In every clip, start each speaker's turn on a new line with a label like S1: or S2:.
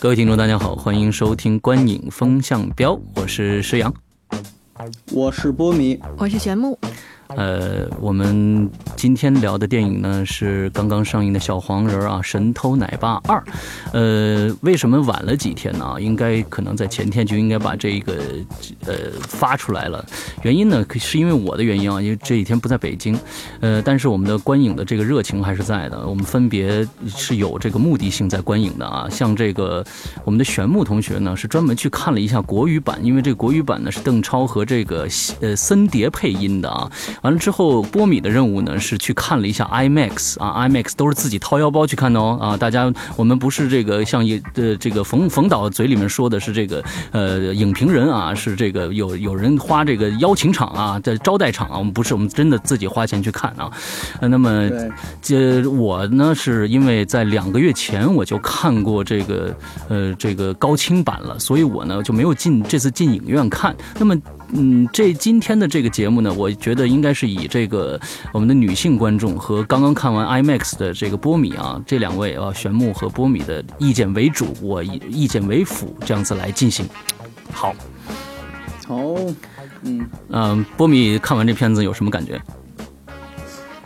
S1: 各位听众，大家好，欢迎收听《观影风向标》，我是石阳。
S2: 我是波米，
S3: 我是玄木，
S1: 呃，我们今天聊的电影呢是刚刚上映的小黄人儿啊，《神偷奶爸二》。呃，为什么晚了几天呢？应该可能在前天就应该把这个呃发出来了。原因呢，可是因为我的原因啊，因为这几天不在北京。呃，但是我们的观影的这个热情还是在的，我们分别是有这个目的性在观影的啊。像这个我们的玄木同学呢，是专门去看了一下国语版，因为这个国语版呢是邓超和这个呃森碟配音的啊。完了之后，波米的任务呢是去看了一下 IMAX 啊，IMAX 都是自己掏腰包去看的哦啊。大家，我们不是这个像一呃这个冯冯导嘴里面说的是这个呃影评人啊，是这个有有人花这个邀请场啊，在招待场啊，我们不是，我们真的自己花钱去看啊。呃那么
S2: 对，
S1: 这我呢，是呃因为在两个月前我就看过这个呃这个高清版了，所以我呢就没有进这次进影院看。那么，嗯，这今天的这个节目呢，我觉得应该是以这个我们的女性观众和刚刚看完 IMAX 的这个波米啊，这两位啊玄牧和波米的意见为主，我以意见为辅，这样子来进行。好，
S2: 好，嗯，
S1: 嗯、波米看完这片子有什么感觉？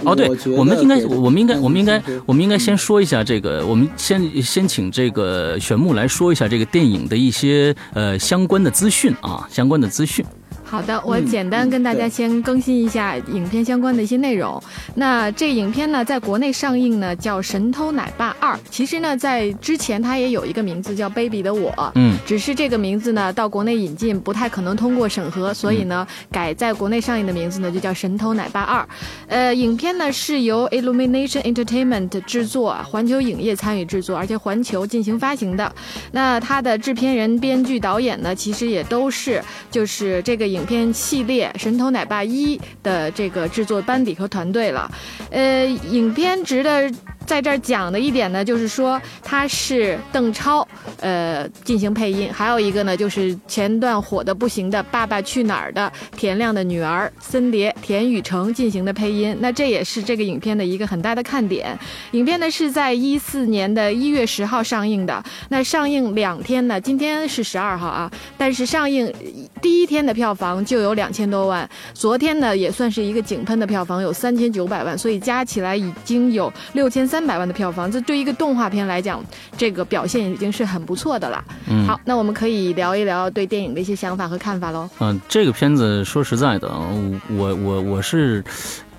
S1: 哦，对，
S2: 觉得
S1: 我们应该，
S2: 给
S1: 我们应该，我们应该
S2: 嗯，
S1: 我们应该先说一下这个，我们先先请这个玄牧来说一下这个电影的一些呃相关的资讯啊，相关的资讯。
S3: 好的，我
S2: 嗯
S3: 简单跟大家
S2: 对
S3: 先更新一下影片相关的一些内容。那这影片呢，在国内上映呢叫《神偷奶爸二》，其实呢，在之前它也有一个名字叫《卑鄙的我》。
S1: 嗯
S3: 只是这个名字呢，到国内引进不太可能通过审核，所以呢，改在国内上映的名字呢就叫《神偷奶爸二》。呃，影片呢是由 Illumination Entertainment 制作，环球影业参与制作，而且环球进行发行的。那它的制片人、编剧、导演呢，其实也都是就是这个影片系列《神偷奶爸一》的这个制作班底和团队了。呃，影片值得在这儿讲的一点呢，就是说它是邓超呃进行配音，还有一个呢就是前段火的不行的《爸爸去哪儿》的田亮的女儿森碟田雨橙进行的配音。那这也是这个影片的一个很大的看点。影片呢啊是在一四年的一月十号上映的，那上映两天呢，今天是十二号啊，但是啊上映第呃一天的票房就有两千多万，昨天呢也算是一个井喷的票房，有三千九百万，所以加起来已经有六千三百万的票房，这对一个动画片来讲，这个表现已经是很不错的了。
S1: 嗯，
S3: 好，那我们可以聊一聊对电影的一些想法和看法喽。
S1: 嗯、这个片子说实在的啊，我我我是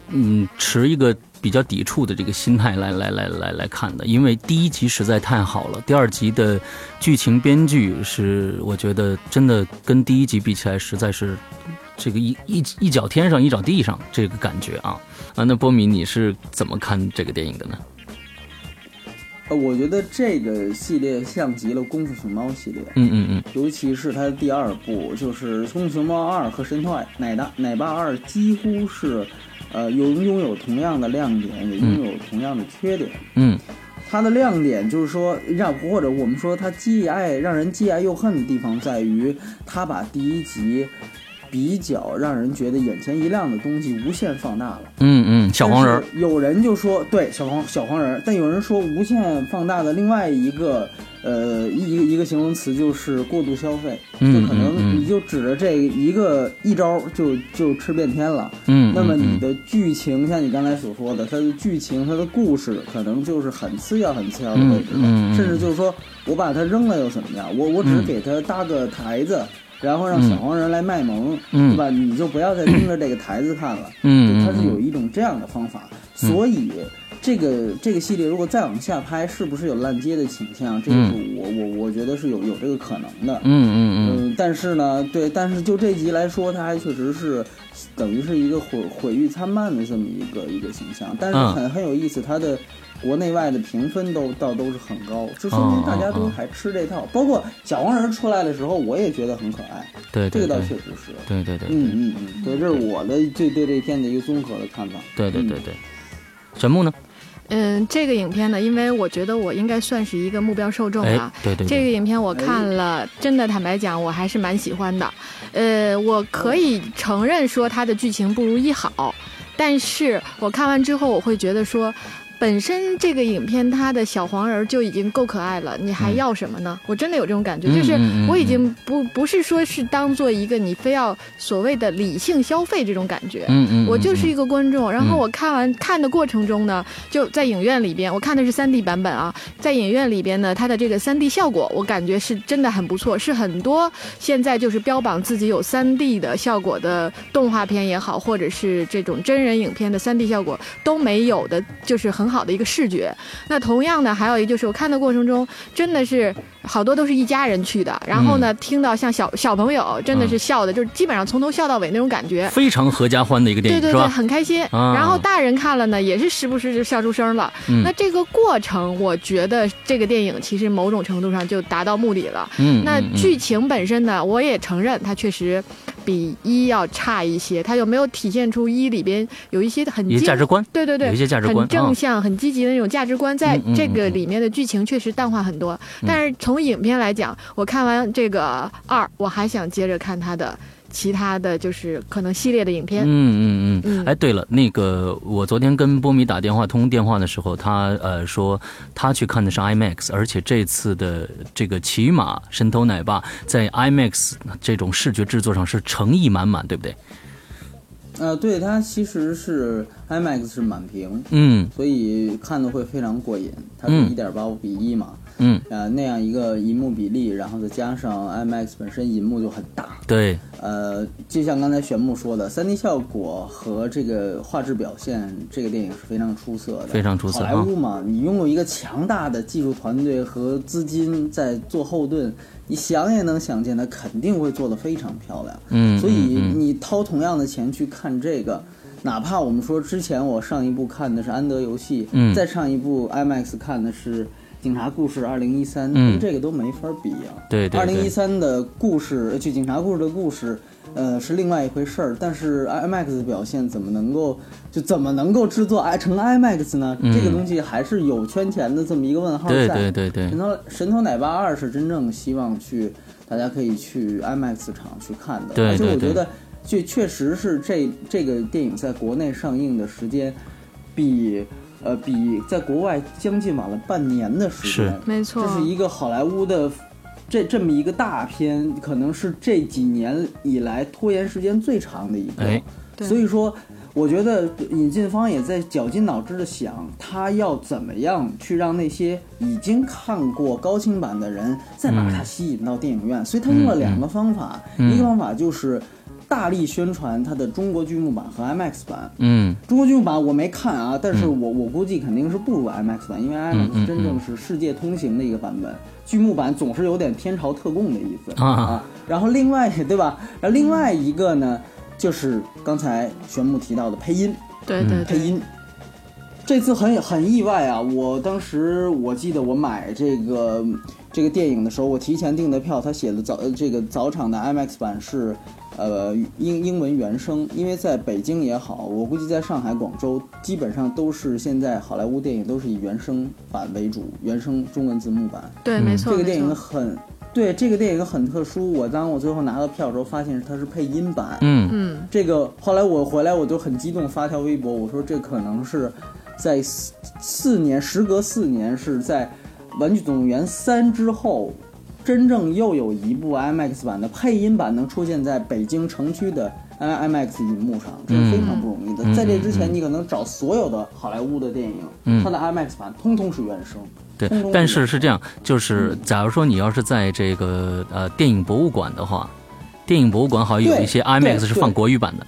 S1: 嗯持一个比较抵触的这个心态来来来来来看的，因为第一集实在太好了，第二集的剧情编剧是我觉得真的跟第一集比起来，实在是这个一一一脚天上一脚地上这个感觉啊啊！那波米你是怎么看这个电影的呢？
S2: 呃我觉得这个系列像极了《功夫熊猫》系列，
S1: 嗯嗯嗯
S2: 尤其是它的第二部，就是《功夫熊猫二》和《神偷奶大奶爸二》，几乎是，呃，有拥有同样的亮点，也拥有同样的缺点。
S1: 嗯
S2: 它的亮点就是说，让或者我们说它既爱让人既爱又恨的地方在于，它把第一集比较让人觉得眼前一亮的东西无限放大了。
S1: 嗯嗯，小黄人儿，
S2: 但是有人就说对小黄小黄人儿，但有人说无限放大的另外一个呃一一个一个形容词就是过度消费，
S1: 嗯
S2: 就可能
S1: 嗯
S2: 你就指着这一个一招就就吃遍天了。
S1: 嗯，
S2: 那么
S1: 嗯
S2: 你
S1: 嗯
S2: 的剧情，像你刚才所说的，它的剧情、它的故事，可能就是很次要、很次要的位置了，
S1: 嗯嗯嗯
S2: 甚至就是说，我把它扔了又怎么样？我我只是
S1: 嗯
S2: 给它搭个台子，然后让
S1: 嗯
S2: 小黄人来卖萌，
S1: 嗯
S2: 对吧？你就不要再盯着这个台子看了，
S1: 嗯嗯
S2: 它是
S1: 嗯
S2: 有一种这样的方法，所以。这个这个系列如果再往下拍，是不是有烂街的倾向？这个是我我我觉得是有有这个可能的。
S1: 嗯嗯嗯
S2: 嗯，但是呢，对，但是就这集来说，它还确实是等于是一个毁毁誉参半的这么一个一个形象，但是
S1: 嗯
S2: 很很有意思，它的。国内外的评分都倒都是很高，这说明大家都
S1: 哦哦哦
S2: 还吃这套。包括小黄人出来的时候，我也觉得很可爱，
S1: 嗯，对
S2: 这
S1: 对
S2: 个倒
S1: 对
S2: 确实是。
S1: 对对对
S2: 嗯嗯嗯，对，这是我的对对这片的一个综合的看法。嗯
S1: 对对对对，神木呢？
S3: 嗯，这个影片呢，因为我觉得我应该算是一个目标受众
S1: 哎
S3: 啊。，
S1: 对对
S3: 这
S1: 对，
S3: 个影片我看了，真的坦白讲，我还是蛮喜欢的。呃，我可以承认说它的剧情不如一好，但是我看完之后，我会觉得说。本身这个影片它的小黄人就已经够可爱了，你还要什么呢？我真的有这种感觉，
S1: 嗯
S3: 就是
S1: 嗯嗯
S3: 我已经不不是说是当做一个你非要所谓的理性消费这种感觉，
S1: 嗯嗯，
S3: 我就是
S1: 嗯
S3: 一个观众，然后
S1: 嗯
S3: 我看完看的过程中呢，就在影院里边，我看的是 3D 版本啊，在影院里边呢，它的这个 3D 效果，我感觉是真的很不错，是很多现在就是标榜自己有 3D 的效果的动画片也好，或者是这种真人影片的 3D 效果都没有的，就是很好的一个视觉。那同样呢，还有一个就是我看的过程中，真的是好多都是一家人去的，然后
S1: 嗯
S3: 呢，听到像小小朋友真的是笑的，就是基本上从头笑到尾那种感觉。
S1: 非常合家欢的一个电
S3: 对
S1: 影，
S3: 对
S1: 是
S3: 对，
S1: 吧？
S3: 很开心。
S1: 啊
S3: 然后大人看了呢，也是时不时就笑出声了。
S1: 嗯
S3: 那这个过程，我觉得这个电影其实某种程度上就达到目的了。
S1: 嗯，
S3: 那
S1: 嗯嗯
S3: 剧情本身呢，我也承认它确实比一要差一些，它有没有体现出一里边有一些很
S1: 一
S3: 精
S1: 些价值观，
S3: 对对对，
S1: 有一些价值观
S3: 很正
S1: 啊
S3: 向、很积极的那种价值观，在
S1: 嗯嗯
S3: 这个里面的剧情确实淡化很多。但是从影片来讲，我看完这个二，我还想接着看它的其他的就是可能系列的影片。
S1: 嗯嗯嗯，
S3: 嗯
S1: 哎，对了，那个我昨天跟波米打电话通电话的时候，他呃说他去看的是 IMAX，而且这次的这个骑马神偷奶爸在 IMAX 这种视觉制作上是诚意满满，对不对？
S2: 呃，对，它其实是 IMAX 是满屏，
S1: 嗯
S2: 所以看的会非常过瘾。它是
S1: 嗯
S2: 一点八五比一嘛，
S1: 嗯，
S2: 呃，那样一个银幕比例，然后再加上 IMAX 本身银幕就很大，
S1: 对，
S2: 呃，就像刚才玄牧说的，3D 效果和这个画质表现，这个电影是非常出色的，
S1: 非常出色
S2: 好莱坞嘛，你拥有一个强大的技术团队和资金在做后盾，你想也能想见，它肯定会做得非常漂亮。
S1: 嗯，
S2: 所以
S1: 嗯嗯
S2: 你掏同样的钱去看这个，哪怕我们说之前我上一部看的是《安德游戏》，
S1: 嗯
S2: 再上一部 IMAX 看的是《警察故事二零一三》，
S1: 嗯
S2: 跟这个都没法比啊。
S1: 对对
S2: 二零一
S1: 对，
S2: 三的故事，呃就警察故事的故事，呃，是另外一回事儿。但是 IMAX 的表现怎么能够就怎么能够制作 I 成 IMAX 呢？这个东西还是有圈钱的这么一个问号在。
S1: 嗯对对对对
S2: 神，偷神偷奶爸二是真正希望去大家可以去 IMAX 场去看的，
S1: 对
S2: 而且我
S1: 对对
S2: 觉得这确实是这这个电影在国内上映的时间比。呃，比在国外将近晚了半年的时间
S1: 是，
S3: 没错，
S2: 这是一个好莱坞的这这么一个大片，可能是这几年以来拖延时间最长的一个。
S1: 哎
S3: 对
S2: 所以说，我觉得引进方也在绞尽脑汁的想，他要怎么样去让那些已经看过高清版的人再把它吸引到电影院。所以他用了两个方法，一个方法就是大力宣传它的中国剧目版和 IMAX 版。
S1: 嗯
S2: 中国剧目版我没看啊，但是我、我估计肯定是不如 IMAX 版，因为
S1: 嗯嗯
S2: IMAX 真正是世界通行的一个版本，剧目版总是有点天朝特供的意思
S1: 啊
S2: 然后另外对吧？然后另外一个呢，就是刚才玄牧提到的配音，
S3: 对
S1: 嗯
S3: 对
S2: 配
S3: 对，
S2: 音。这次很很意外啊！我当时我记得我买这个这个电影的时候，我提前订的票，他写的早呃这个早场的 IMAX 版是呃英英文原声，因为在北京也好，我估计在上海、广州基本上都是现在好莱坞电影都是以原声版为主，原声中文字幕版。
S3: 对，
S1: 嗯
S3: 没
S2: 这
S3: 错，
S2: 个
S3: 没
S2: 电影
S3: 错，
S2: 很对，这个电影很特殊。我当我最后拿到票的时候，发现它是配音版，
S1: 嗯
S3: 嗯，
S2: 这个后来我回来我就很激动，发条微博，我说这可能是在四四年，时隔四年是在《玩具总动员三》之后，真正又有一部 IMAX 版的配音版能出现在北京城区的 I- IMAX 银幕上，这是非常不容易的。在这之前，你可能找所有的好莱坞的电影，
S1: 嗯
S2: 它的 IMAX 版通通是原声。
S1: 对
S3: 嗯
S2: 空中，
S1: 但是是这样，就是假如说你要是在这个呃电影博物馆的话，电影博物馆好像有
S2: 对
S1: 一些 IMAX
S2: 对
S1: 是放
S2: 对
S1: 国语版的。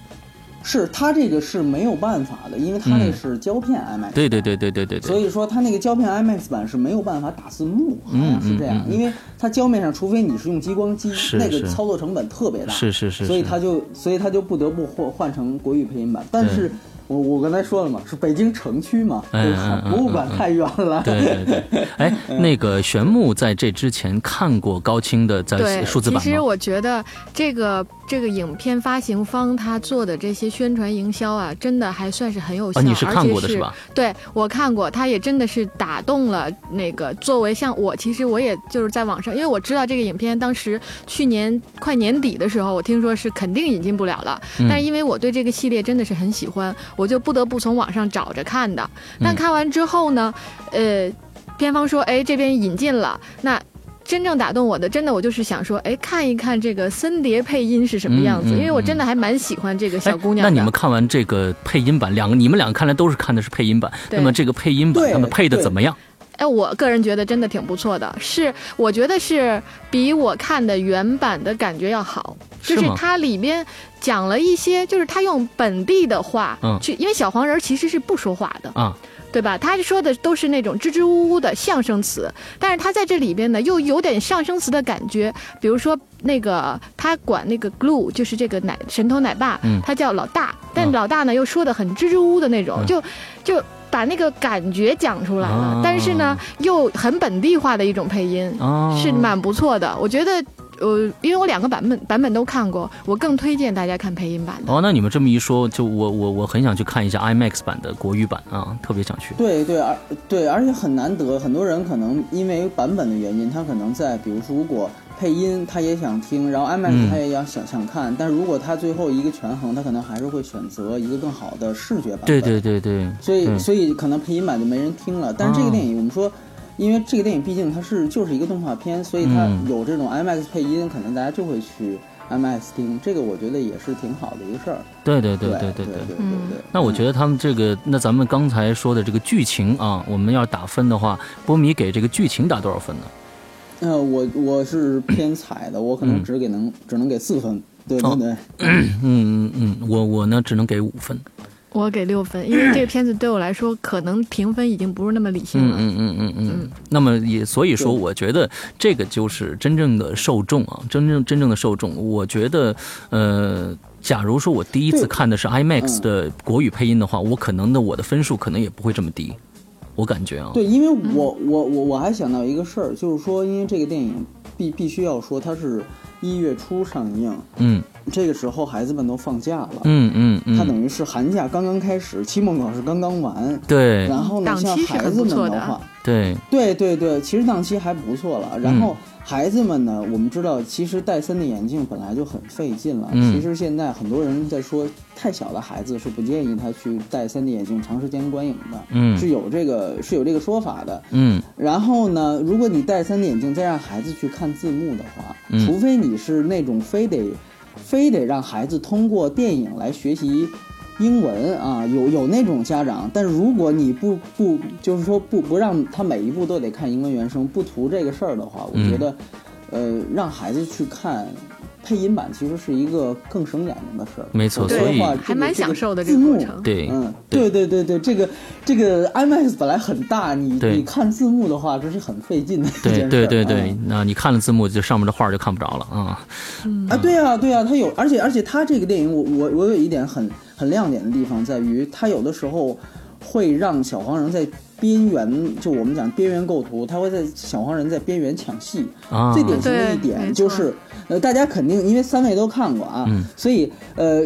S2: 是它这个是没有办法的，因为它
S1: 嗯
S2: 那是胶片 IMAX，、
S1: 对对对对对对
S2: 所
S1: 对，
S2: 以说它那个胶片 IMAX 版是没有办法打字幕，好像是这
S1: 嗯
S2: 样，
S1: 嗯嗯
S2: 因为它胶面上，除非你是用激光机，
S1: 是
S2: 那个
S1: 是
S2: 操作成本特别大，
S1: 是是是，
S2: 所以
S1: 是
S2: 他就所以他就不得不换换成国语配音版。但
S1: 对
S2: 是我我刚才说了嘛，是北京城区嘛，
S1: 嗯
S2: 对吧
S1: 嗯嗯
S2: 博物馆
S1: 嗯嗯
S2: 太远了。
S1: 对对对， 哎，
S3: 嗯
S1: 那个玄牧在这之前看过高清 的在
S3: 对，
S1: 数字版
S3: 其实
S1: 吗？哦
S3: 我觉得这个这个影片发行方他做的这些宣传营销啊，真的还算是很有效，
S1: 啊，你是看过的
S3: 而且
S1: 是
S3: 是
S1: 吧？
S3: 对我看过，他也真的是打动了那个作为像我，其实我也就是在网上，因为我知道这个影片当时去年快年底的时候，我听说是肯定引进不了了，
S1: 嗯
S3: 但是因为我对这个系列真的是很喜欢，我就不得不从网上找着看的。
S1: 嗯
S3: 但看完之后呢，呃，片方说，哎，这边引进了，那。真正打动我的，真的我就是想说，哎，看一看这个森碟配音是什么样子，
S1: 嗯嗯
S3: 因为我真的还蛮喜欢这个小姑娘的。
S1: 哎那你们看完这个配音版，两个你们两个看来都是看的是配音版，
S3: 对
S1: 那么这个配音版
S2: 对
S1: 他们配的
S2: 对
S1: 怎么样？
S3: 哎，我个人觉得真的挺不错的，是我觉得是比我看的原版的感觉要好，就是是
S1: 吗
S3: 它里边讲了一些，就是他用本地的话
S1: 嗯
S3: 去，因为小黄人其实是不说话的，
S1: 啊，
S3: 对吧？他说的都是那种支支吾吾的相声词，但是他在这里边呢，又有点上升词的感觉。比如说那个他管那个 glue，就是这个奶神偷奶爸，
S1: 嗯
S3: 他叫老大，
S1: 嗯
S3: 但老大呢、又说的很支支吾吾的那种，
S1: 嗯
S3: 就就把那个感觉讲出来了，
S1: 啊
S3: 但是呢又很本地化的一种配音，
S1: 哦，
S3: 是蛮不错的。我觉得，呃，因为我两个版本版本都看过，我更推荐大家看配音版的。
S1: 哦，那你们这么一说，就我我我很想去看一下 IMAX 版的国语版啊，特别想去。
S2: 对对，而对，而且很难得，很多人可能因为版本的原因，他可能在比如说，如果配音他也想听，然后 IMAX
S1: 嗯
S2: 他也要想、想看，但如果他最后一个权衡，他可能还是会选择一个更好的视觉版
S1: 对
S2: 本。
S1: 对对对，
S2: 所以
S1: 对
S2: 所以可能配音版就没人听了。但是这
S1: 哦
S2: 个电影我们说，因为这个电影毕竟它是就是一个动画片，所以它
S1: 嗯
S2: 有这种 IMAX 配音，可能大家就会去 IMAX 听。这个我觉得也是挺好的一个事儿。
S1: 对对
S2: 对
S1: 对对
S2: 对
S1: 对对。
S2: 对
S3: 嗯
S2: 对。
S1: 那我觉
S2: 得
S1: 得他们这个，那咱们刚才说的这个剧情啊，我们要打分的话，波米给这个剧情打多少分呢？，
S2: 呃，我我是偏彩的，我可能
S1: 嗯
S2: 只给能只能给四分。对
S1: 哦
S2: 对对，
S1: 嗯嗯嗯，我我呢只能给五分。
S3: 我给六分，因为这个片子对我来说，可能评分已经不是那么理
S1: 嗯
S3: 性了。
S1: 嗯嗯嗯嗯。那么也所以说，
S2: 对
S1: 我觉得这个就是真正的受众啊，真正真正的受众。我觉得，呃，假如说我第一次
S2: 对
S1: 看的是 IMAX
S2: 嗯
S1: 的国语配音的话，我可能的我的分数可能也不会这么低，我感觉啊。
S2: 对，因为我我我我还想到一个事儿，就是说，因为这个电影必必须要说它是一月初上映，
S1: 嗯
S2: 这个时候孩子们都放假了，
S1: 嗯嗯
S2: 它
S1: 嗯，
S2: 等于是寒假刚刚开始，期末考试刚刚完，
S1: 对
S2: 然后呢，
S3: 档期
S2: 像
S3: 是
S2: 孩
S3: 很
S2: 子
S3: 不
S2: 们
S3: 错
S2: 的
S3: 的啊
S2: 话，
S1: 对，
S2: 对对对，其实档期还不错
S1: 嗯
S2: 了。然后孩子们呢，我们知道，其实戴森的眼镜本来就很费劲了。
S1: 嗯
S2: 其实现在很多人在说，太小的孩子是不建议他去戴森的眼镜长时间观影的，
S1: 嗯
S2: 是有这个是有这个说法的。
S1: 嗯
S2: 然后呢，如果你戴三 D 眼镜再让孩子去看字幕的话，
S1: 嗯
S2: 除非你是那种非得非得让孩子通过电影来学习英文啊，有有那种家长。但如果你不不就是说不不让他每一部都得看英文原声，不图这个事儿的话，我
S1: 嗯
S2: 觉得，呃，让孩子去看。配音版其实是一个更省眼睛的事儿，
S1: 没错
S2: 否则
S1: 所
S2: 的
S1: 以
S2: 话，这个
S3: 还蛮
S2: 这个
S3: 享受的
S2: 字
S3: 这个过
S2: 幕
S3: 程。
S1: 对。
S2: 嗯，对对对对，这个这个 IMAX 本来很大，你
S1: 对
S2: 你看字幕的话，这是很费劲的一
S1: 对
S2: 件事儿。
S1: 对对对
S2: 嗯，
S1: 那你看了字幕，就上面的画儿就看不着了啊。
S2: 啊，对啊对啊，它有，而且而且它这个电影，我我我有一点很很亮点的地方在于，它有的时候会让小黄人在边缘，就我们讲边缘构图，它会在小黄人在边缘抢戏。
S1: 啊，
S2: 最典型的一
S3: 对没
S2: 点
S3: 错
S2: 就是，呃，大家肯定因为三位都看过啊，
S1: 嗯
S2: 所以呃，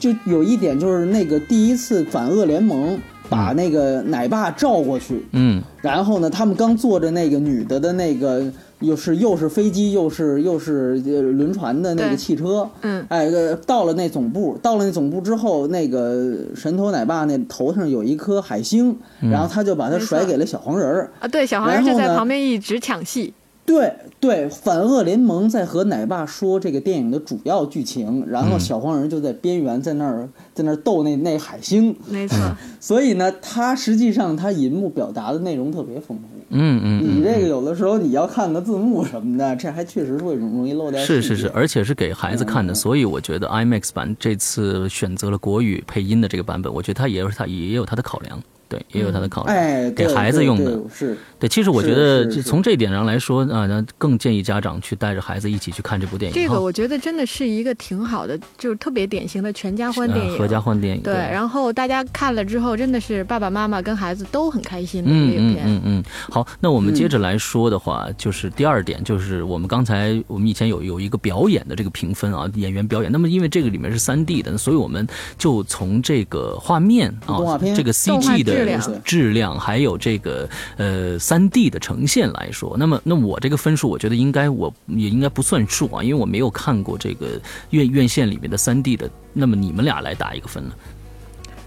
S2: 就有一点就是那个第一次反恶联盟把那个奶爸召过去，
S1: 嗯
S2: 然后呢，他们刚坐着那个女的的那个，又是又是飞机，又是又是呃轮船的那个
S3: 对
S2: 汽车，
S3: 嗯，
S2: 哎，呃到了那总部，到了那总部之后，那个神偷奶爸那头上有一颗
S1: 嗯
S2: 海星，然后他就把它
S3: 没错
S2: 甩给了小黄人儿。
S3: 啊，对，小黄
S2: 然
S3: 人
S2: 后
S3: 就在
S2: 呢
S3: 旁边一直抢戏，
S2: 对对，反恶联盟在和奶爸说这个电影的主要剧情，然后
S1: 嗯
S2: 小黄人就在边缘在那儿在那儿逗那那海星，
S3: 没错，
S1: 嗯
S2: 所以呢，他实际上他银幕表达的内容特别丰富。
S1: 嗯嗯嗯，
S2: 你这个有的时候你要看个字幕什么的，这还确实会容容易漏掉。
S1: 是是是，，而且是给孩子
S2: 嗯
S1: 看的，所以我觉得 IMAX 版这次选择了国语配音的这个版本，我觉得它也有它也有它的考量，对，也有它的考量。
S2: 哎，
S1: 给
S2: 对
S1: 孩子
S2: 对
S1: 用的
S2: 对是
S1: 对，其实我
S2: 是
S1: 觉得
S2: 是
S1: 这
S2: 是
S1: 从这一点上来说啊，那更建议家长去带着孩子一起去看这部电影。
S3: 这个
S1: 哈
S3: 我觉得真的是一个挺好的，就是特别典型的全家欢
S1: 呃
S3: 电影。
S1: 合家欢电影。
S3: 对，然后大家看了之后，真的是爸爸妈妈跟孩子都很开心的一
S1: 嗯
S3: 个影
S1: 嗯
S3: 片。
S1: 嗯嗯，好，那我们接着来说的话，就是第二点，就是我们刚才我们以前有有一个表演的这个评分啊，演员表演。那么因为这个里面是三 D 的，所以我们就从这个画面啊，
S2: 动画片
S1: 这个
S3: 动画
S1: CG
S3: 质
S1: 的
S3: 量
S1: 质量，还有这个呃三 D 的呈现来说，那么那我这个分数，我觉得应该我也应该不算数啊，因为我没有看过这个院院线里面的三 D 的。那么你们俩来打一个分了，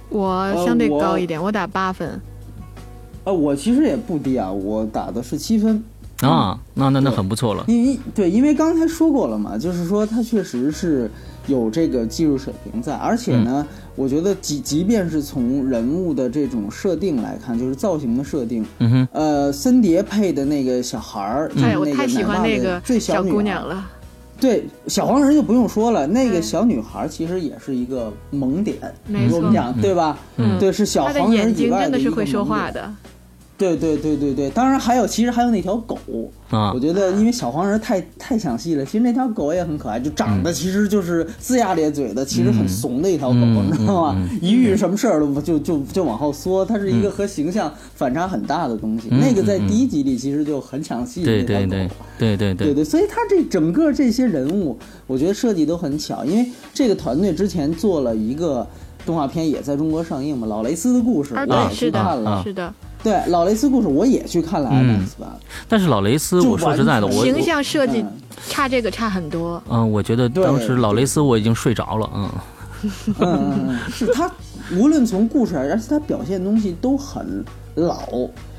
S3: 我
S2: 呃
S3: 相对
S2: 我
S3: 高一点，我打八分。
S2: 啊，我其实也不低啊，我打的是七分。
S3: 嗯
S1: 啊，那那那很不错了。
S2: 因为对，因为刚才说过了嘛，就是说它确实是有这个技术水平在，而且呢，我觉得即即便是从人物的这种设定来看，就是造型的设定，
S1: 嗯哼，
S2: 呃，森碟配的那个小孩儿，
S1: 嗯
S2: 就是
S3: 哎呀，我
S2: 那
S3: 太
S2: 个
S3: 喜
S2: 奶
S3: 欢
S2: 爸
S3: 那
S2: 的
S3: 个
S2: 最
S3: 小
S2: 女
S3: 姑
S2: 孩
S3: 娘嗯了。
S2: 对，小黄人就不用说了，那
S3: 对
S2: 个小女孩其实也是一个萌点，
S3: 没
S2: 我
S3: 错
S2: 们，讲对吧？
S3: 嗯
S2: 对，是小
S3: 她的
S2: 黄
S3: 眼
S2: 人以
S3: 睛
S2: 外
S3: 真的
S2: 一
S3: 是
S2: 个
S3: 会说
S2: 萌点
S3: 话。的。
S2: 对对对对对，当然还有，其实还有那条狗，
S1: 啊
S2: 我，觉得因为小黄人太太详细了，其实那条狗也很可爱，就长得其实就是龇牙咧嘴的，其实很怂的一条狗，
S1: 嗯
S2: 你知道
S1: 嗯
S2: 吗？一遇什么事儿了就就就往后缩，它是一个和形象反差很大的东西。
S1: 嗯
S2: 那个在
S1: 嗯嗯
S2: 第一集里其实就很详细，
S1: 对
S2: 那
S1: 对
S2: 条
S1: 对
S2: 狗。
S1: 对对
S2: 对对，所以他这整个这些人物，我觉得设计都很巧，因为这个团队之前做了一个动画片，也在中国上映嘛，《老雷斯的故事》，
S3: 啊，
S2: 我
S3: 对，
S2: 也
S3: 是
S2: 去看
S1: 啊
S3: 的
S2: 了。，
S3: 是的，
S2: 对，《老雷斯故事》我也去看了
S1: 嗯
S2: IMAX 版，
S1: 但是老雷斯，
S2: 就
S1: 我说实在的，
S2: 完
S1: 我
S2: 全
S3: 形
S1: 我
S3: 象设计
S2: 嗯
S3: 差这个差很多。
S1: 嗯，我觉得当时老雷斯我已经睡着了，嗯
S2: 嗯嗯嗯， 是他无论从故事来，而且他表现的东西都很老，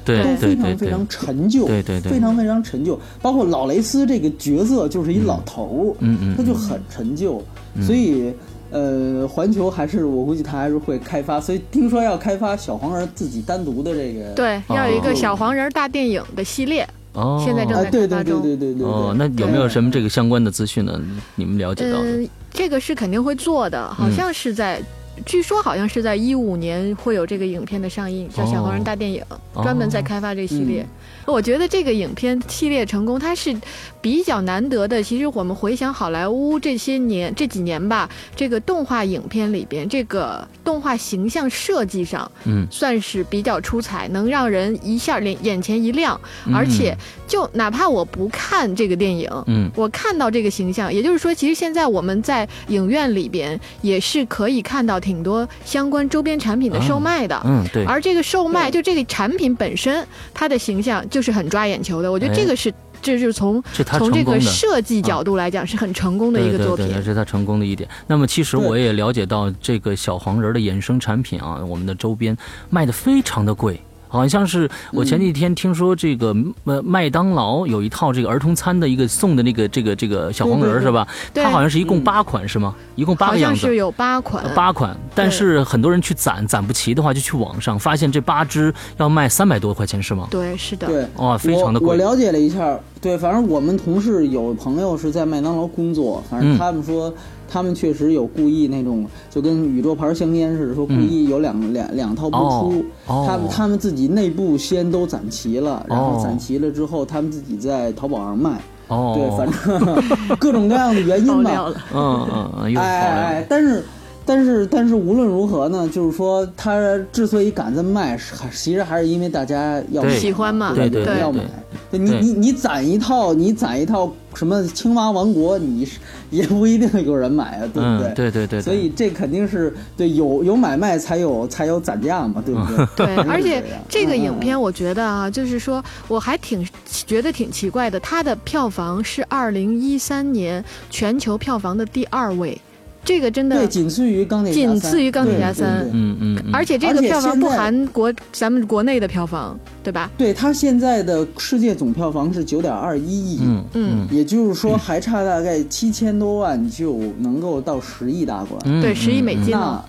S1: 对
S2: 都
S1: 对
S2: 非
S1: 对
S2: 常
S1: 对
S2: 非，常陈旧，
S1: 对对对
S2: 非常非常陈旧。包括老雷斯这个角色就是一老头儿，
S1: 嗯嗯嗯嗯
S2: 他就很陈旧，所以。呃，环球还是我估计他还是会开发，所以听说要开发小黄人自己单独的这个
S3: 对，要有一个
S1: 哦
S3: 小黄人儿大电影的系列。
S1: 哦，
S3: 现在正
S2: 啊，
S3: 在
S2: 对
S3: 开发
S2: 对对
S3: 中
S2: 对对对。
S1: 哦，那
S2: 对
S1: 有没有什么这个相关的资讯呢？你们了解到的？嗯
S3: 嗯，这个是肯定会做的，好像是在，据说好像是在一五年会有这个影片的上映，叫《小黄人大电影》，
S1: 哦嗯
S3: 专门在开发这个系列。我觉得这个影片系列成功，它是比较难得的。其实我们回想好莱坞这些年这几年吧，这个动画影片里边，这个动画形象设计上，
S1: 嗯
S3: 算是比较出彩，能让人一下脸眼前一亮，
S1: 嗯
S3: 而且就哪怕我不看这个电影，
S1: 嗯
S3: 我看到这个形象，也就是说，其实现在我们在影院里边也是可以看到挺多相关周边产品的售卖的。
S1: 嗯，对，
S3: 而这个售卖，就这个产品本身，它的形象就是很抓眼球的。我觉得
S1: 哎
S3: 这个是，这就是从
S1: 是他
S3: 从
S1: 成
S3: 这
S1: 功
S3: 个
S1: 的。啊
S3: 设计角度来讲是很成功的一个作
S1: 对对
S3: 品
S1: 对，。这是他成功的一点。那么其实我也了解到，这个小黄人的衍生产品啊，我们的周边卖的非常的贵。好像是我
S2: 嗯
S1: 前几天听说，这个呃麦当劳有一套这个儿童餐的一个送的那个这个这个小黄人儿
S2: 对对对嗯
S1: 是吧？
S3: 对
S1: 它好像是一共八款是吗？一共八
S3: 好
S1: 个
S3: 像
S1: 样子呃
S3: 是。有八款，
S1: 八款，但是很多人去攒攒不齐的话，就去网上发现这八只要卖三百多块钱是吗？
S3: 对，是的，
S2: 对，
S1: 哇，哦非常的
S2: 我。我
S1: 贵。
S2: 了解了一下，对，反正我们同事有朋友是在麦当劳工作，反
S1: 嗯
S2: 正他们说，他们确实有故意那种，就跟宇宙牌香烟似的，说故意有两、两两套不出，
S1: 嗯哦哦
S2: 他们他们自己内部先都攒齐了，然
S1: 哦
S2: 后攒齐了之后，他们自己在淘宝上卖，
S1: 哦，
S2: 对，反正 各种各样的原因
S3: 爆
S2: 吧
S3: 料，了。
S1: 嗯嗯嗯，又好
S2: 哎哎
S1: 了
S2: 哎，但是。但是但是无论如何呢，就是说他之所以敢这么卖，是还其实还是因为大家要
S1: 对
S2: 买
S3: 喜欢嘛
S1: 对
S2: 对
S1: 对
S2: 要
S1: 对
S2: 买。对你
S1: 对
S2: 你你攒一套，你攒一套什么青蛙王国，你是也不一定有人买啊，对不
S1: 嗯，
S2: 对？
S1: 对对对，
S2: 所以这肯定是对有有买卖才有才有攒价嘛，对不对？
S1: 嗯
S3: 对，而且这个影
S2: 嗯
S3: 片，我觉得啊，就是说，我还挺觉得挺奇怪的，它的票房是二零一三年全球票房的第二位。这个真的
S2: 对，仅次于钢铁侠三，
S3: 仅次于钢铁侠三
S2: 对对对
S1: 嗯嗯，嗯
S3: 而且这
S2: 而
S3: 个
S2: 且
S3: 票房
S2: 现
S3: 不
S2: 在
S3: 含国咱们国内的票房，对吧？
S2: 对它现在的世界总票房是九点二一亿，
S1: 嗯
S3: 嗯
S1: 嗯
S2: 也就是说还差大概七千多万就能够到十亿大关。
S1: 嗯，
S3: 对10亿美金
S2: 那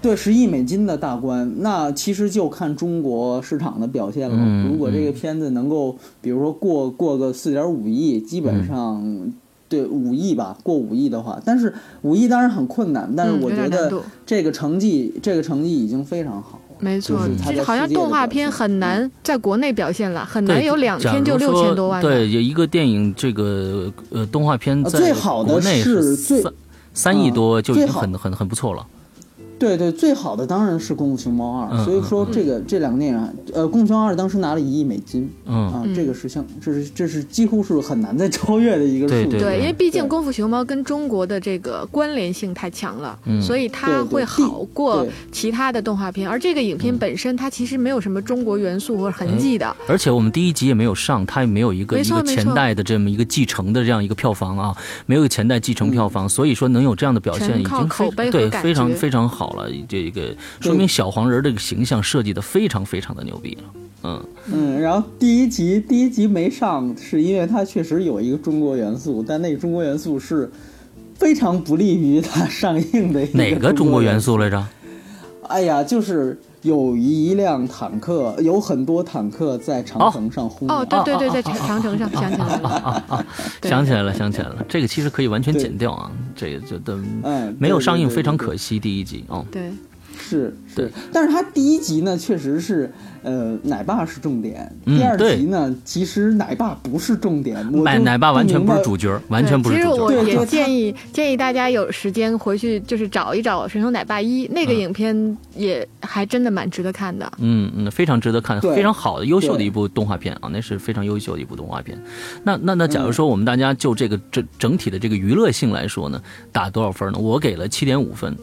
S2: 对十亿美金的大关，那其实就看中国市场的表现了。
S1: 嗯
S2: 如果这个片子能够，比如说过过个四点五亿，基本上、对五亿吧，过五亿的话，但是五亿当然很困难，但是
S3: 嗯
S2: 我
S3: 有
S2: 觉
S3: 点难
S2: 得
S3: 度
S2: 这个成绩，这个成绩已经非常好了。
S3: 没错
S2: 嗯就是它，在
S3: 这好像
S2: 世界的
S3: 动画
S2: 表
S3: 片
S2: 现嗯
S3: 很难在国内表现了，很
S1: 对
S3: 难有两
S1: 假
S3: 天就
S1: 如
S3: 六
S1: 说
S3: 千多万的。
S1: 对，有一个电影这个呃动画片
S2: 啊
S1: 在
S2: 最好的
S1: 国内
S2: 是最
S1: 三三亿
S2: 嗯
S1: 多就已
S2: 最
S1: 经
S2: 好
S1: 很很很不错了。
S2: 对对，最好的当然是《功夫熊猫二》
S1: 嗯
S2: 所以说
S1: 嗯
S2: 这个、这两个电影啊，呃，《功夫熊猫二》当时拿了一亿美金
S1: 嗯，
S2: 啊，
S3: 嗯
S2: 这个是相，这是这是几乎是很难再超越的一个数
S1: 对
S2: 字。
S1: 对
S3: 对，因为毕竟《
S2: 对
S3: 功夫熊猫》跟中国的这个关联性太强了，
S1: 嗯
S3: 所以它
S2: 对对
S3: 会好过
S2: 对
S3: 其他的动画片。而这个影片本身，它其实没有什么中国元素或者痕迹的。
S1: 而且我们第一集也没有上，它也没有一个
S3: 没
S1: 一
S3: 错
S1: 个
S3: 没错
S1: 前代的这么一个继承的这样一个票房啊，没有一个前代继承票房，所以说能有这样的表现
S3: 嗯全
S1: 已
S3: 靠
S1: 经
S3: 口碑
S1: 非
S3: 和
S1: 对
S3: 感
S1: 非常
S3: 觉
S1: 非常好了，这个说明小黄人这个形象设计的非常非常的牛逼了。嗯，
S2: 嗯，然后第一集第一集没上，是因为它确实有一个中国元素，但那个中国元素是非常不利于它上映的一
S1: 哪
S2: 个
S1: 个中国
S2: 国
S1: 元？素来着？
S2: 哎呀，就是有一辆坦克，有很多坦克在长城上轰
S3: 哦，
S2: 鸣
S3: 对对对，在长城上想起来了，对
S1: 想起来了，想起来了，这个其实可以完全
S2: 对
S1: 剪掉啊，这个就等
S2: 嗯，
S1: 没有上映非常
S2: 惜。对对
S1: 可惜，第一集哦。
S3: 对，
S2: 是
S1: 对
S2: 是，但是它第一集呢，确实是，呃，奶爸是重点。
S1: 嗯
S2: 第二
S1: 对
S2: 集呢，其实奶爸不是重点，我
S1: 奶
S2: 就
S1: 奶爸完全不
S2: 明
S1: 是
S2: 白
S1: 主角，完全不是
S3: 对
S1: 主
S3: 其实我
S1: 角。
S2: 对
S3: 也
S2: 对
S3: 建议建议大家有时间回去就是找一找《神偷奶爸一》那个影片，也还真的蛮值得看的。
S1: 嗯嗯，非常值得看，
S2: 对
S1: 非常好的、优秀的
S2: 对
S1: 一部动画片啊，那是非常优秀的一部动画片。那那那，假如说我们大家就这个整整体的这个娱乐性来说呢，打多少分呢？我给了七点五分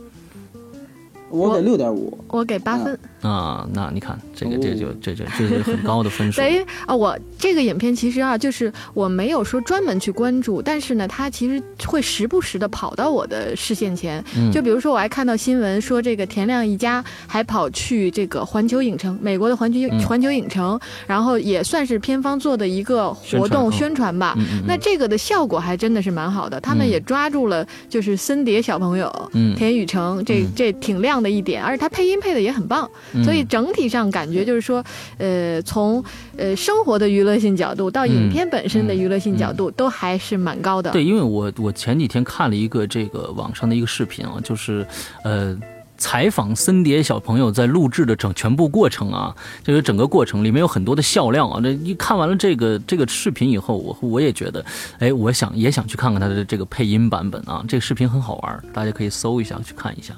S2: 我给六点五，
S3: 我给八分。
S1: 啊。那你看，这个
S2: 哦
S1: 这就这这这是很高的分数。
S3: 对啊，我这个影片其实啊，就是我没有说专门去关注，但是呢，它其实会时不时的跑到我的视线前。
S1: 嗯
S3: 就比如说，我还看到新闻说，这个田亮一家还跑去这个环球影城，美国的环球、
S1: 嗯
S3: 环球影城，然后也算是片方做的一个活动
S1: 宣
S3: 宣传吧。
S1: 嗯嗯嗯
S3: 那这个的效果还真的是蛮好的，他们
S1: 嗯
S3: 也抓住了就是森碟小朋友、
S1: 嗯
S3: 田雨成这
S1: 嗯
S3: 这挺亮的一点，而且他配音配的也很棒，所以
S1: 嗯
S3: 整体上感觉就是说，呃，从呃生活的娱乐性角度到影片本身的娱乐性角度，都还是蛮高的。
S1: 嗯对，因为我我前几天看了一个这个网上的一个视频啊，就是呃。采访森碟小朋友在录制的整全部过程啊，这个整个过程里面有很多的笑料啊。那一看完了这个这个视频以后，我我也觉得，哎，我想也想去看看他的这个配音版本啊。这个视频很好玩儿，大家可以搜一下去看一下。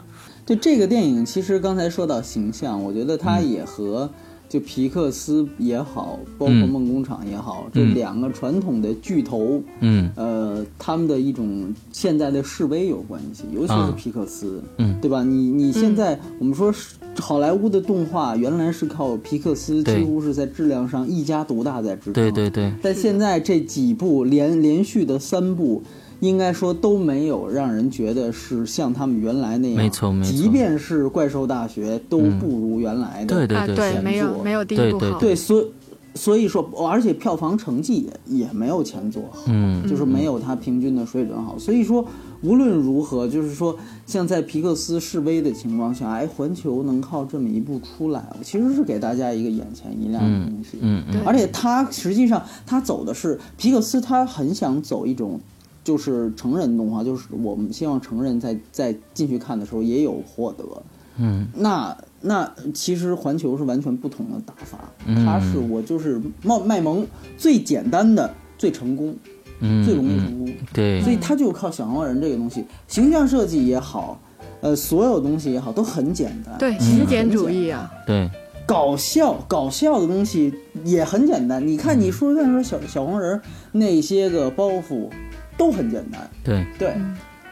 S2: 就这个电影，其实刚才说到形象，我觉得它
S1: 嗯
S2: 也和就皮克斯也好，包括
S1: 嗯
S2: 梦工厂也好，这
S1: 嗯
S2: 两个传统的巨头，
S1: 嗯
S2: 呃，他们的一种现在的示威有关系，尤其是
S1: 啊
S2: 皮克斯，
S1: 嗯
S2: 对吧？你你现在我们说是好莱坞的动画原来是靠皮克斯，
S1: 对
S2: 几乎是在质量上一家独大在支撑，
S1: 对对对，
S2: 但现在这几部连连续的三部，应该说都没有让人觉得是像他们原来那样。
S1: 没错没错嗯
S2: 即便是怪兽大学，都不如原来的。
S1: 对对
S3: 啊，对，
S1: 对
S3: 没有
S2: 前作
S3: 没有第一部
S1: 对对
S3: 好。
S2: 对所以所以说，而且票房成绩也也没有前作好。
S1: 嗯
S2: 就是没有它平均的水准好。所以说，无论如何，就是说，像在皮克斯示威的情况下，哎，环球能靠这么一步出来，其实是给大家一个眼前一亮的东西。
S1: 嗯嗯
S3: 对
S2: 而且他实际上他走的是皮克斯，他很想走一种。就是成人动画，就是我们希望成人在在进去看的时候也有获得，
S1: 嗯
S2: 那那其实环球是完全不同的打法，
S1: 嗯
S2: 它是我就是卖卖萌最简单的、最成功、
S1: 嗯，
S2: 最容易
S1: 嗯
S2: 成功，
S1: 对
S2: 所以它就靠小黄人这个东西，形象设计也好，呃，所有东西也好，都很简单。
S1: 嗯
S3: 对，
S2: 其实
S3: 极
S2: 很
S3: 简主
S2: 简
S3: 义啊，
S1: 对
S2: 搞笑，搞笑的东西也很简单。你看，
S1: 嗯
S2: 你说但说小小黄人那些个包袱都很简单，
S1: 对
S2: 对，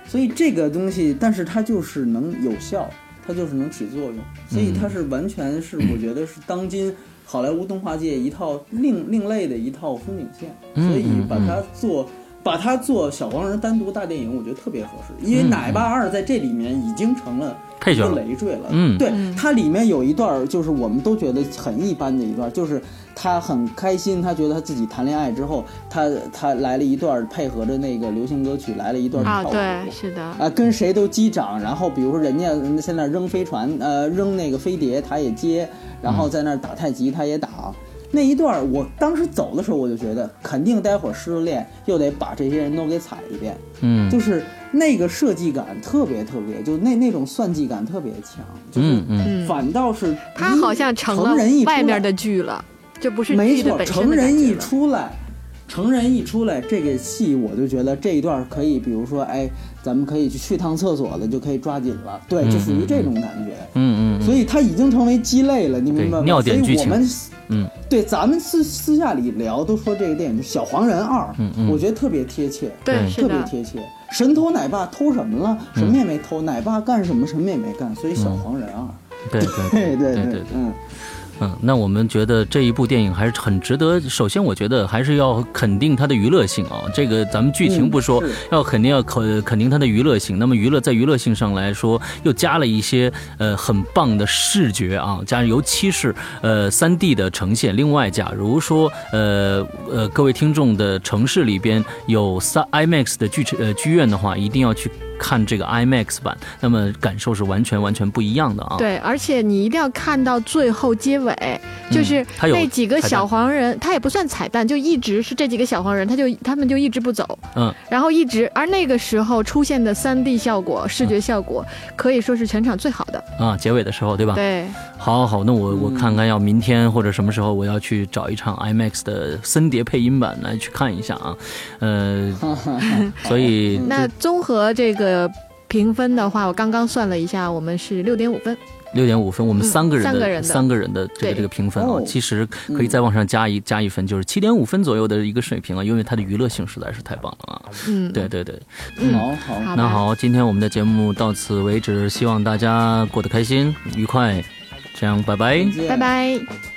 S2: 所以这个东西，但是它就是能有效，它就是能起作用，所以它是完全是我觉得是当今好莱坞动画界一套另另类的一套风景线，所以把它做把它做小黄人单独大电影，我觉得特别合适，因为奶爸二在这里面已经成了
S1: 配
S2: 一
S1: 角
S2: 个
S1: 了
S2: 累赘了。
S1: 嗯
S2: 对，它里面有一段儿就是我们都觉得很一般的一段儿，就是他很开心，他觉得他自己谈恋爱之后，他他来了一段儿配合着那个流行歌曲来了一段儿
S3: 啊，
S1: 嗯
S2: 跳舞。
S3: 对，是的，
S2: 啊，跟谁都击掌，然后比如说人家人家在那儿扔飞船，呃，扔那个飞碟，他也接，然后在那儿打太极，他也打。那一段儿，我当时走的时候，我就觉得肯定待会儿失了恋又得把这些人都给踩一遍，
S1: 嗯
S2: 就是那个设计感特别特别，就那那种算计感特别强，就是
S1: 嗯嗯，
S3: 嗯，
S2: 反倒是
S3: 他好像成了
S2: 人一出来
S3: 外面的剧了，这不是
S2: 没
S3: 剧的
S2: 错，
S3: 本身
S2: 成
S3: 的感
S2: 人
S3: 觉
S2: 一
S3: 了
S2: 出来，成人一出来，这个戏我就觉得这一段可以，比如说，哎，咱们可以去去趟厕所了，就可以抓紧了。对，就属于这种感觉。
S1: 嗯嗯嗯，
S2: 所以它已经成为鸡肋了，你明白吗？
S1: 对尿点剧情
S2: 所以我们，
S1: 嗯，
S2: 对，咱们私私下里聊都说这个电影《小黄人二》，
S1: 嗯嗯
S2: 我觉得特别贴切。
S3: 对，
S1: 对
S3: 是
S2: 特别
S3: 的，
S2: 贴切，神偷奶爸偷什么了？什么也没偷，奶爸干什么什么也没干，所以小黄人二，
S1: 对对对
S2: 对对对
S1: 对，，
S2: 嗯，
S1: 嗯，那我们觉得这一部电影还是很值得。首先，我觉得还是要肯定它的娱乐性啊，这个咱们剧情不说，
S2: 嗯是
S1: 要肯定要肯肯定它的娱乐性。那么娱乐在娱乐性上来说，又加了一些呃很棒的视觉啊，加上尤其是呃三 D 的呈现。另外，假如说呃呃各位听众的城市里边有三 IMAX 的剧场呃剧院的话，一定要去看这个 IMAX 版，那么感受是完全完全不一样的啊。
S3: 对，而且你一定要看到最后结尾，就是
S1: 嗯它有
S3: 那几个
S1: 彩蛋
S3: 小黄人，他也不算彩蛋，就一直是这几个小黄人，他就他们就一直不走，
S1: 嗯，
S3: 然后一直，而那个时候出现的三 D 效果、视觉效果，可以说是全场最好的，
S1: 啊，结尾的时候，对吧？
S3: 对，
S1: 好好好，那我我
S3: 嗯
S1: 看看，要明天或者什么时候，我要去找一场 IMAX 的森碟配音版来去看一下啊。 呃，所以
S3: 那综合这个评分的话，我刚刚算了一下，我们是六点五分。
S1: 六点五分，我们
S3: 嗯
S1: 三个人的、
S3: 三个人的
S1: 的这
S3: 对
S1: 个这个评分啊
S2: 哦，
S1: 其实可以再往上加一、加一分，就是七点五分左右的一个水平啊，因为它的娱乐性实在是太棒了啊。
S3: 嗯，
S1: 对对对，
S2: 好好
S3: 好
S1: 那
S3: 吧，
S1: 好，今天我们的节目到此为止，希望大家过得开心愉快，这样拜拜。
S2: 再见
S3: 拜拜。